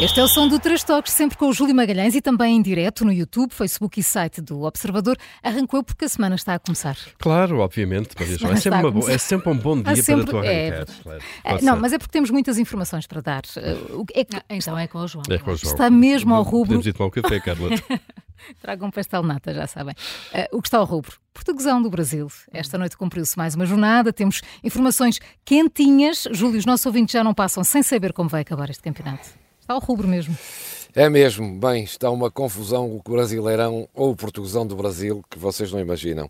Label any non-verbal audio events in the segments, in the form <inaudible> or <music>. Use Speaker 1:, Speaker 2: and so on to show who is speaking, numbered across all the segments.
Speaker 1: Este é o som do Três Toques, sempre com o Júlio Magalhães e também em direto no YouTube, Facebook e site do Observador. Arrancou porque a semana está a começar.
Speaker 2: Claro, obviamente, Maria João. É sempre, uma boa- é sempre um bom dia
Speaker 1: Há sempre-
Speaker 2: para tu
Speaker 1: é,
Speaker 2: arrancares. claro.
Speaker 1: Ah,
Speaker 2: Pode
Speaker 1: não,
Speaker 2: ser.
Speaker 1: mas é porque temos muitas informações para dar. Ah, o que é que-
Speaker 3: Então é com o João.
Speaker 2: É com o João.
Speaker 1: está mesmo ao rubro.
Speaker 2: Podemos ir tomar um
Speaker 1: <laughs>
Speaker 2: café, Carla.
Speaker 3: um
Speaker 1: Tragam pastel nata, já sabem. Ah, o que está ao rubro? Portuguesão do Brasil. Esta noite cumpriu-se mais uma jornada, temos informações quentinhas. Júlio, os nossos ouvintes já não passam sem saber como vai acabar este campeonato. Está ao rubro mesmo.
Speaker 4: É mesmo, bem, está uma confusão o brasileirão ou o portuguesão do Brasil que vocês não imaginam.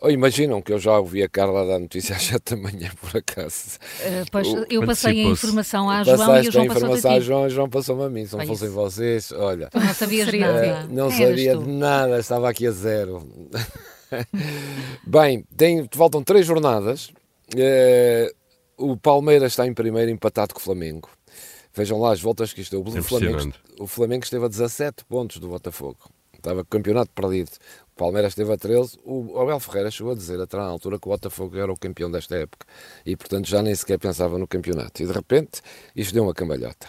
Speaker 4: Ou imaginam que eu já ouvi a Carla dar <laughs> notícia às 7 da manhã, por acaso.
Speaker 3: Eh, pois,
Speaker 4: O-
Speaker 3: eu passei a
Speaker 2: Antecipou-se.
Speaker 3: informação à Ah, João e o
Speaker 4: Passaste a
Speaker 3: João passou
Speaker 4: informação a
Speaker 3: a ti.
Speaker 4: João e João passou-me a mim. Se não
Speaker 3: Olha
Speaker 4: fossem
Speaker 3: isso.
Speaker 4: vocês,
Speaker 3: <laughs>
Speaker 4: olha.
Speaker 3: Tu não sabias
Speaker 1: Seria
Speaker 3: nada.
Speaker 4: É, Não
Speaker 3: Quem eras
Speaker 4: sabia
Speaker 3: tu?
Speaker 1: É
Speaker 4: de um nada, estava aqui a zero. <laughs> Bem, tem, faltam três jornadas. Eh, o Palmeiras está em primeiro, empatado com o Flamengo. Vejam lá as voltas que isto deu. O Flamengo,
Speaker 2: Impressionante.
Speaker 4: o Flamengo esteve a 17 pontos do Botafogo. Estava com o campeonato perdido. O Palmeiras esteve a 13. O Abel Ferreira chegou a dizer, até na altura, que o Botafogo era o campeão desta época. E, portanto, já nem sequer pensava no campeonato. E, de repente, isto deu uma cambalhota.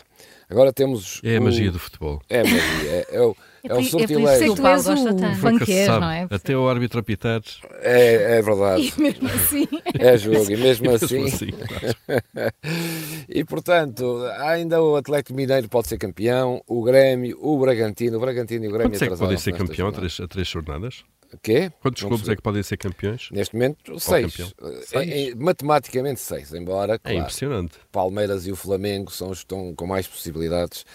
Speaker 4: Agora temos...
Speaker 2: É a
Speaker 4: o-
Speaker 2: magia do futebol.
Speaker 4: É magia. É, é o, é o
Speaker 3: por- é por isso que
Speaker 4: sortilegio.
Speaker 1: Sei que tu és
Speaker 3: Paulo gosta
Speaker 1: o
Speaker 3: tanto.
Speaker 2: Nunca se
Speaker 1: banqueiro, Tá.
Speaker 2: sabe.
Speaker 1: não é?
Speaker 2: Até o árbitro apitar.
Speaker 4: É, é verdade,
Speaker 1: Mesmo assim.
Speaker 4: é jogo,
Speaker 2: <laughs>
Speaker 4: e mesmo assim.
Speaker 2: assim, claro.
Speaker 4: E portanto, ainda o Atlético Mineiro pode ser campeão, o Grêmio, o Bragantino, o Bragantino e o Grêmio
Speaker 2: Quantos é que podem
Speaker 4: atrasaram-se
Speaker 2: ser
Speaker 4: nesta
Speaker 2: campeão a
Speaker 4: jornada.
Speaker 2: três, a três jornadas?
Speaker 4: Quê?
Speaker 2: Quantos
Speaker 4: Não
Speaker 2: clubes é
Speaker 4: percebi.
Speaker 2: que podem ser campeões?
Speaker 4: Neste momento, seis.
Speaker 2: campeão?
Speaker 4: Eh,
Speaker 2: Seis?
Speaker 4: em- matematicamente, seis, embora,
Speaker 2: É
Speaker 4: claro,
Speaker 2: impressionante.
Speaker 4: Palmeiras e o Flamengo são os que estão com mais possibilidades.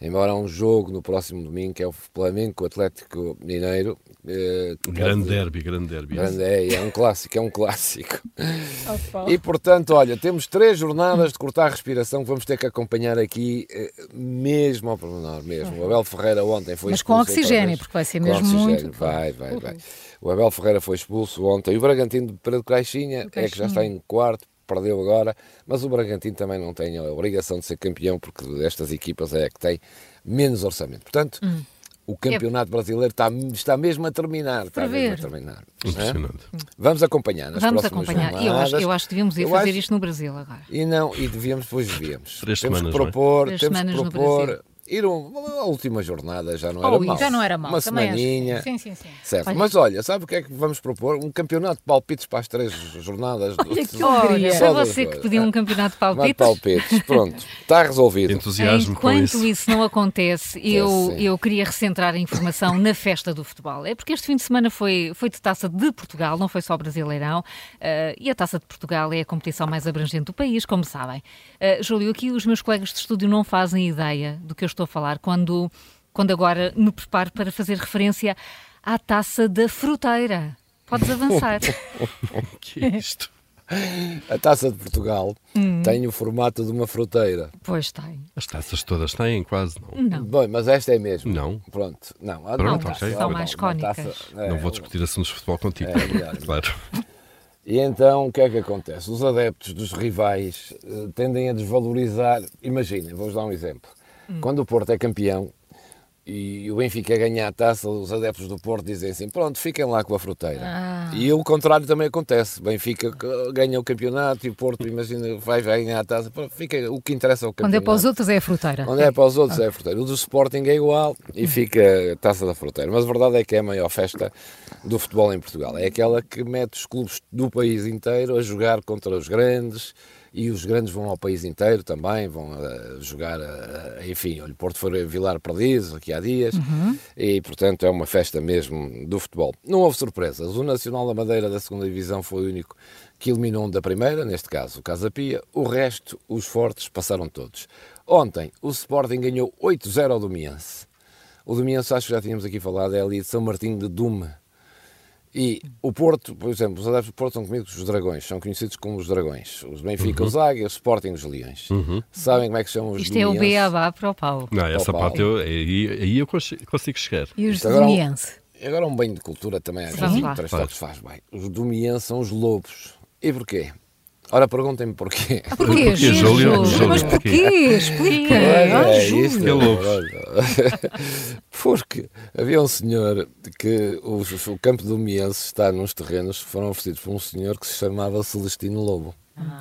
Speaker 4: Embora há um jogo no próximo domingo, que é o Flamengo com o Atlético Mineiro. eh, que
Speaker 2: Grande
Speaker 4: pode-
Speaker 2: derby, grande derby.
Speaker 4: Grande, é, é um clássico, é
Speaker 1: <laughs>
Speaker 4: um clássico. E portanto, olha, temos três jornadas de cortar a respiração que vamos ter que acompanhar aqui, eh, mesmo ao pormenor, mesmo. O Abel Ferreira ontem foi
Speaker 1: Mas com
Speaker 4: expulso.
Speaker 1: oxigénio,
Speaker 4: outra vez.
Speaker 1: porque vai ser
Speaker 4: Com
Speaker 1: mesmo
Speaker 4: oxigénio,
Speaker 1: muito- Uhum.
Speaker 4: Vai, vai, vai. O Abel Ferreira foi expulso ontem. E o Bragantino de Pedro Caixinha é que já está em quarto, perdeu agora. Mas o Bragantino também não tem a obrigação de ser campeão, porque destas equipas é a que tem menos orçamento. Portanto.
Speaker 1: Hum.
Speaker 4: O campeonato brasileiro está, está mesmo a terminar. Está mesmo a
Speaker 3: Prever.
Speaker 4: terminar. Hã?
Speaker 2: Impressionante.
Speaker 4: é?
Speaker 1: Hum.
Speaker 4: Vamos acompanhar nas
Speaker 3: Vamos
Speaker 4: próximas
Speaker 3: acompanhar. E Eu
Speaker 4: jornadas.
Speaker 3: acho, eu acho que devíamos ir
Speaker 4: Eu
Speaker 3: fazer
Speaker 4: acho-
Speaker 3: isto no Brasil agora.
Speaker 4: E não, e devíamos, pois devíamos.
Speaker 2: Três
Speaker 4: temos
Speaker 2: semanas,
Speaker 4: que
Speaker 2: não é?
Speaker 4: propor,
Speaker 3: Três
Speaker 4: temos
Speaker 3: semanas
Speaker 4: que
Speaker 3: no
Speaker 4: propor
Speaker 3: Brasil.
Speaker 4: ir a, a última jornada já não era
Speaker 1: Oh,
Speaker 4: mal.
Speaker 1: já não era mal.
Speaker 4: Uma
Speaker 1: também acho.
Speaker 4: semaninha.
Speaker 1: Sim, sim, sim.
Speaker 4: Certo,
Speaker 3: Olha-
Speaker 4: mas olha, sabe o que é que vamos propor? Um campeonato de palpites para as três jornadas. do-
Speaker 1: que
Speaker 4: Só
Speaker 1: alegria.
Speaker 3: Olha,
Speaker 4: das
Speaker 3: foi você que
Speaker 4: duas.
Speaker 3: pediu um
Speaker 4: Ah,
Speaker 3: campeonato de
Speaker 4: vai de
Speaker 3: palpites.
Speaker 4: palpites, pronto, está resolvido.
Speaker 2: Entusiasmo com
Speaker 3: Enquanto
Speaker 2: isso.
Speaker 3: isso. não acontece, eu,
Speaker 4: sim.
Speaker 3: eu queria recentrar a informação na festa do futebol. É porque este fim de semana foi, foi de taça de Portugal, não foi só brasileirão. eh, e a taça de Portugal é a competição mais abrangente do país, como sabem. Eh, Júlio, aqui os meus colegas de estúdio não fazem ideia do que eu estou a falar quando, quando agora me preparo para fazer referência à taça da fruteira. Podes avançar.
Speaker 2: Que é isto?
Speaker 4: A taça de Portugal
Speaker 3: Hum.
Speaker 4: tem o formato de uma fruteira.
Speaker 3: pois tem.
Speaker 2: As taças todas têm, quase
Speaker 1: Hum.
Speaker 2: não.
Speaker 3: Não.
Speaker 4: Bem, mas esta é mesmo.
Speaker 2: Não.
Speaker 4: Pronto, não. há-
Speaker 2: Pronto, ok.
Speaker 4: uma taça,
Speaker 2: São
Speaker 4: há uma-
Speaker 3: mais
Speaker 4: uma taça,
Speaker 3: cónicas.
Speaker 4: é,
Speaker 2: Não vou discutir assuntos de futebol contigo.
Speaker 4: obrigado.
Speaker 2: Claro.
Speaker 4: E então o que é que acontece? Os adeptos dos rivais eh, tendem a desvalorizar. Imaginem, vou-vos dar um exemplo. Quando o Porto é campeão e o Benfica ganha a taça, os adeptos do Porto dizem assim: pronto, fiquem lá com a fruteira. E o contrário também acontece. Benfica eh, ganha o campeonato e o Porto, imagina, vai ganhar a taça. Pronto, fica, o que interessa é o
Speaker 1: Quando
Speaker 4: campeonato.
Speaker 1: é para os outros é a fruteira.
Speaker 4: Onde é para os outros é a fruteira. O do Sporting é igual e fica a taça da fruteira. Mas a verdade é que é a maior festa do futebol em Portugal. É aquela que mete os clubes do país inteiro a jogar contra os grandes e os grandes vão ao país inteiro também, vão a jogar, a- a- enfim, olha, o Porto foi a Vilar Perdiz aqui há dias
Speaker 3: Uhum.
Speaker 4: e, portanto, é uma festa mesmo do futebol. Não houve surpresas. O Nacional da Madeira da segunda Divisão foi o único que eliminou um da primeira, neste caso o Casa Pia, o resto, os fortes, passaram todos. Ontem, o Sporting ganhou 8-0 ao Domiense. O Domiense, acho que já tínhamos aqui falado, é ali de São Martinho de Dume. E o Porto, por exemplo, os adeptos do Porto são comigo os dragões, são conhecidos como os dragões. Os Benfica, os Águias, os Sporting, os Leões. Sabem como é que chamam os
Speaker 3: Isto é o
Speaker 4: Leões?
Speaker 3: beabá para o Paulo.
Speaker 2: Não, essa
Speaker 4: Opa.
Speaker 2: parte eu, aí, aí eu cons- consigo chegar.
Speaker 1: E os
Speaker 4: Isto agora é um-
Speaker 1: Domiense.
Speaker 4: Agora um banho de cultura também às
Speaker 3: Vamos
Speaker 4: vezes
Speaker 3: lá.
Speaker 4: o três toques faz bem. Os domienses são os lobos. E porquê? Ora, perguntem-me porquê.
Speaker 3: Ah,
Speaker 4: <laughs>
Speaker 1: Porquê,
Speaker 2: Porquê, Júlio? Júlio,
Speaker 1: Mas porquê? Explica.
Speaker 4: Olha,
Speaker 1: Ah,
Speaker 4: é
Speaker 1: Júlio.
Speaker 4: isto,
Speaker 2: Que lobos.
Speaker 4: olha. Porque havia um senhor que os- o campo do Miense está nos terrenos que foram oferecidos por um senhor que se chamava Celestino Lobo.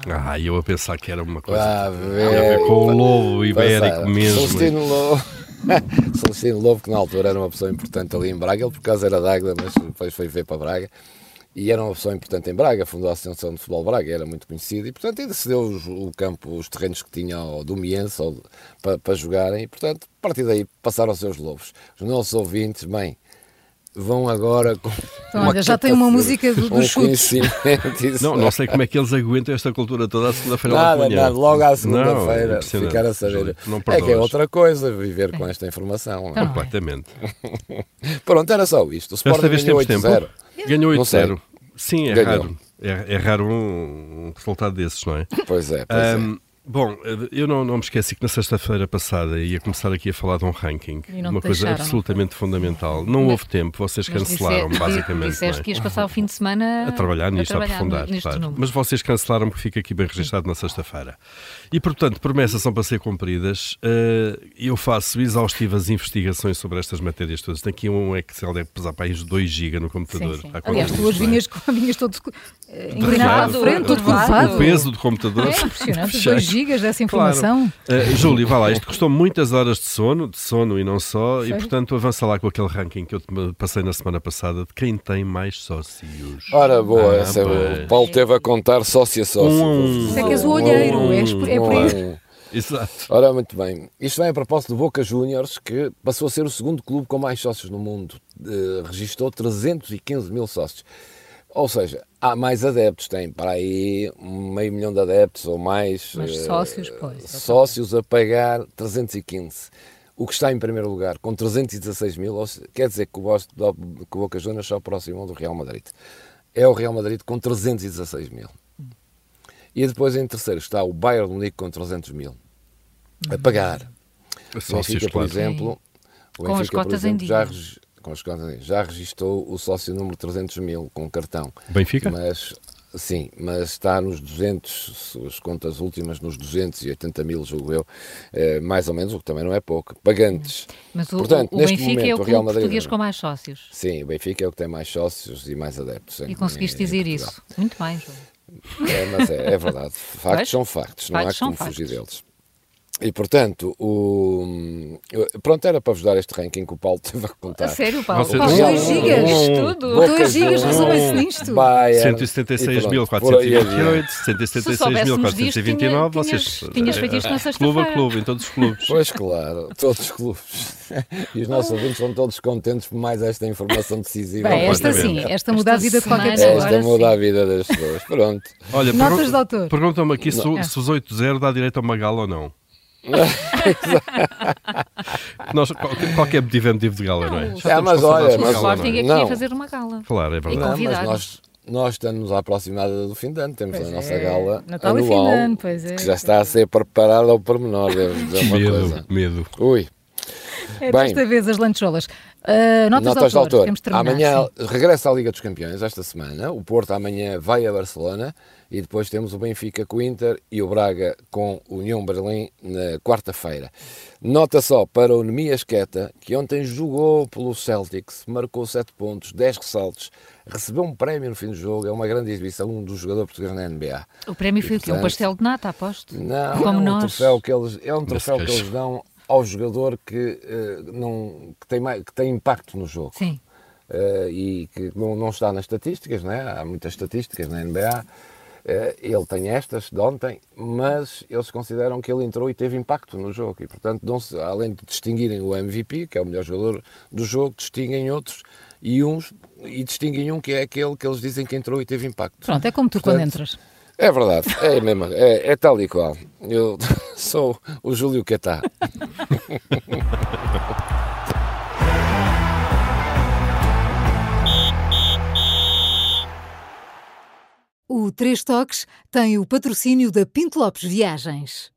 Speaker 2: Ah, eu a pensar que era uma coisa.
Speaker 4: Ah,
Speaker 2: é.
Speaker 4: é,
Speaker 2: Tem a ver
Speaker 4: ver.
Speaker 2: com o lobo ibérico
Speaker 4: Passaram.
Speaker 2: mesmo.
Speaker 4: Celestino Lobo. <laughs> Celestino Lobo, que na altura era uma pessoa importante ali em Braga, ele por acaso era da Águeda, mas depois foi ver para Braga. E era uma pessoa importante em Braga, fundou a Associação de Futebol de Braga, era muito conhecido e, portanto, ele cedeu os- o campo, os terrenos que tinha ao Domiense ao- para, para jogarem. E, portanto, a partir daí passaram os seus lobos. Os nossos ouvintes, bem, vão agora com.
Speaker 1: Então, olha, já tem uma
Speaker 4: capacidade,
Speaker 1: música do- dos
Speaker 4: um
Speaker 1: chutes.
Speaker 2: <laughs>
Speaker 4: conhecimento, isso
Speaker 2: Não, não sei como é que eles aguentam esta cultura toda à segunda-feira lá de
Speaker 4: Nada,
Speaker 2: manhã.
Speaker 4: nada, logo à
Speaker 2: Não, é
Speaker 4: segunda-feira
Speaker 2: impressionante,
Speaker 4: ficar a
Speaker 2: Júlio,
Speaker 4: saber.
Speaker 2: Não
Speaker 4: é que é
Speaker 2: perdoas.
Speaker 4: outra coisa viver com esta informação.
Speaker 1: Tá
Speaker 4: não é?
Speaker 2: Completamente.
Speaker 4: Pronto, era só isto. O Sporting
Speaker 2: Esta vez
Speaker 4: ganhou
Speaker 2: temos tempo.
Speaker 4: 8-0.
Speaker 2: Ganhou
Speaker 4: Não sei.
Speaker 2: 8-0. Sim, é
Speaker 4: Ganhou.
Speaker 2: raro. É, é raro um, um resultado desses, não é?
Speaker 4: Pois é, <laughs> pois é.
Speaker 2: Ahm, Bom, eu não, não me esqueci que na sexta-feira passada ia começar aqui a falar de um ranking,
Speaker 3: E não
Speaker 2: uma
Speaker 3: te
Speaker 2: coisa
Speaker 3: deixaram, não
Speaker 2: absolutamente fundamental. Não houve tempo, vocês
Speaker 3: Mas disse- <laughs>
Speaker 2: cancelaram,
Speaker 3: di-
Speaker 2: basicamente.
Speaker 3: Disseste
Speaker 2: não é?
Speaker 3: que ias passar o fim de semana
Speaker 2: a trabalhar nisto, a,
Speaker 3: trabalhar
Speaker 2: aprofundar.
Speaker 3: nisto
Speaker 2: claro.
Speaker 3: número.
Speaker 2: Mas vocês cancelaram porque fica aqui bem registado na sexta-feira. E, portanto, promessas são para ser cumpridas. Eh, eu faço exaustivas investigações sobre estas matérias todas. Tenho aqui um Excel, deve pesar para aí uns 2 GB no computador.
Speaker 3: Sim, sim.
Speaker 2: Há quantos
Speaker 1: Aliás, tu
Speaker 2: dias,
Speaker 1: hoje
Speaker 2: não é?
Speaker 1: vinhas com vinhas todo eh, inclinado
Speaker 2: Derrubado,
Speaker 1: à frente, todo
Speaker 2: derrubado.
Speaker 1: curvado.
Speaker 2: O peso do computador.
Speaker 1: É
Speaker 2: <laughs>
Speaker 1: impressionante, 2
Speaker 2: Fechei.
Speaker 1: gigas dessa
Speaker 2: Claro.
Speaker 1: informação.
Speaker 2: Eh, Júlio, vá lá, isto custou muitas horas de sono, de sono e não só, e portanto avança lá com aquele ranking que eu te ma- passei na semana passada de quem tem mais sócios.
Speaker 4: Ora, boa,
Speaker 2: Ah,
Speaker 4: essa é boa.
Speaker 2: pois.
Speaker 4: O Paulo teve a contar sócio a sócio.
Speaker 2: Um a um.
Speaker 1: Isso é que és o
Speaker 4: Um a um.
Speaker 1: olheiro, és por- é por
Speaker 4: Um a
Speaker 1: isso.
Speaker 4: um.
Speaker 2: <laughs> Exato.
Speaker 4: Ora, muito bem. Isto vem a propósito do Boca Juniors, que passou a ser o segundo clube com mais sócios no mundo. Eh, registrou 315 mil sócios. Ou seja, há mais adeptos, tem para aí um meio milhão de adeptos ou mais.
Speaker 3: Mas
Speaker 4: eh,
Speaker 3: sócios, pois,
Speaker 4: Sócios a pagar 315. O que está em primeiro lugar, com 316 mil, ou se- quer dizer que o, Bos- do- que o Boca Juniors se aproximou do Real Madrid. É o Real Madrid com 316 mil.
Speaker 3: Hum.
Speaker 4: E depois em terceiro está o Bayern de Munique com 300 mil. A pagar. O
Speaker 2: Sócios,
Speaker 4: Benfica, por
Speaker 2: claro.
Speaker 4: exemplo, o
Speaker 3: Com as
Speaker 4: Benfica, por
Speaker 3: cotas em
Speaker 4: exemplo, já,
Speaker 3: dia.
Speaker 4: regi- com as cotas em dia, já registou o sócio número 300 mil com cartão.
Speaker 2: Benfica?
Speaker 4: Mas, sim, mas está nos 200, as contas últimas, nos 280 mil, julgo eu, eh, mais ou menos, o que também não é pouco. Pagantes.
Speaker 3: Hum. Mas o,
Speaker 4: Portanto,
Speaker 3: o
Speaker 4: neste
Speaker 3: Benfica é
Speaker 4: momento,
Speaker 3: o
Speaker 4: o
Speaker 3: clube
Speaker 4: Real Madrid-
Speaker 3: português com mais sócios.
Speaker 4: Sim, o Benfica é o que tem mais sócios e mais adeptos. em-
Speaker 3: E conseguiste
Speaker 4: em- em
Speaker 3: dizer
Speaker 4: Portugal.
Speaker 3: isso. Muito bem, Júlio.
Speaker 4: É, mas é, é
Speaker 3: <laughs>
Speaker 4: verdade. Factos
Speaker 3: Pois.
Speaker 4: são factos, não
Speaker 3: Factos
Speaker 4: há
Speaker 3: são
Speaker 4: como
Speaker 3: factos.
Speaker 4: fugir deles. E portanto, o... pronto, era para vos dar este ranking que o Paulo <laughs> teve a contar.
Speaker 3: A sério, Paulo?
Speaker 2: Vocês-
Speaker 3: Paulo,
Speaker 2: Um,
Speaker 3: dois
Speaker 2: um,
Speaker 3: gigas,
Speaker 2: um,
Speaker 3: isto
Speaker 2: um.
Speaker 3: tudo.
Speaker 4: Boca um,
Speaker 1: Dois gigas,
Speaker 4: Juniors,
Speaker 1: resolvem-se nisto.
Speaker 4: Bayern, e pronto, por aí adiante.
Speaker 2: 176.428,
Speaker 3: Se soubéssemos disto,
Speaker 2: 176.429,
Speaker 3: tinha-
Speaker 2: vocês. eh,
Speaker 3: tinhas- tinhas feito isto na
Speaker 2: Clube a
Speaker 3: sexta-feira.
Speaker 2: clube, em todos os clubes.
Speaker 4: Pois claro, todos os clubes. E os nossos ouvintes são todos contentes por mais esta informação decisiva.
Speaker 1: Bem, esta sim,
Speaker 2: completamente.
Speaker 1: esta muda a vida de qualquer
Speaker 3: semana-
Speaker 1: pessoa.
Speaker 4: esta
Speaker 3: agora
Speaker 4: muda
Speaker 3: sim.
Speaker 4: a vida das pessoas. Pronto.
Speaker 2: Olha,
Speaker 1: Notas
Speaker 2: pergun-
Speaker 1: de autor.
Speaker 2: Perguntam-me aqui se, o- se os 8-0 dá direito a uma gala ou
Speaker 4: <laughs>
Speaker 2: não. Nós, qual- qualquer evento teve de gala, não, é? Já
Speaker 4: Ah,
Speaker 2: estamos
Speaker 4: mas
Speaker 2: com saudades
Speaker 4: olha,
Speaker 2: de
Speaker 3: O
Speaker 4: mas-
Speaker 2: gala,
Speaker 3: Sporting
Speaker 2: não
Speaker 3: é
Speaker 2: é?
Speaker 3: que ia
Speaker 4: Não.
Speaker 3: fazer uma gala.
Speaker 2: Claro, é
Speaker 3: Não,
Speaker 2: verdade.
Speaker 4: Não, mas
Speaker 3: convidados.
Speaker 4: nós, nós estamos à aproximada do fim de ano, temos
Speaker 1: Pois
Speaker 4: a
Speaker 1: é,
Speaker 4: nossa gala
Speaker 1: Natal e fim de
Speaker 4: anual,
Speaker 1: ano, pois é,
Speaker 4: que já está a ser preparada ao pormenor, devo dizer uma
Speaker 2: Medo,
Speaker 4: coisa.
Speaker 2: medo.
Speaker 4: Ui,
Speaker 1: É
Speaker 4: Bem.
Speaker 1: desta vez as lancholas. Ah, notas,
Speaker 4: notas
Speaker 1: de autor. Temos de terminar,
Speaker 4: Amanhã
Speaker 1: sim.
Speaker 4: regressa à Liga dos Campeões, esta semana. O Porto amanhã vai a Barcelona e depois temos o Benfica com o Inter e o Braga com o União Berlim na quarta-feira. Nota só para o Nemias Queta, que ontem jogou pelo Celtics, marcou 7 pontos, 10 ressaltos, recebeu um prémio no fim do jogo, é uma grande exibição, um dos jogadores portugueses na NBA.
Speaker 3: O prémio foi o quê? Um
Speaker 4: Portanto-
Speaker 3: pastel de nata, aposto?
Speaker 4: Não,
Speaker 3: Como
Speaker 4: é um
Speaker 3: nós.
Speaker 4: troféu que eles, é um troféu que
Speaker 2: queijo.
Speaker 4: eles dão ao jogador que, eh, não, que, tem, mais- que tem impacto no jogo.
Speaker 3: Sim.
Speaker 4: Eh, e que não, não está nas estatísticas, não é? há muitas estatísticas na NBA. Eh, ele tem estas de ontem, mas eles consideram que ele entrou e teve impacto no jogo. E, portanto, dão-se- além de distinguirem o MVP, que é o melhor jogador do jogo, distinguem outros e, uns, e distinguem um que é aquele que eles dizem que entrou e teve impacto.
Speaker 1: Pronto, é como tu quando entras.
Speaker 4: É verdade, é mesmo, é, é tal e qual. Eu <laughs> sou o Júlio Catá.
Speaker 1: O Três Toques tem o patrocínio da Pinto Lopes Viagens.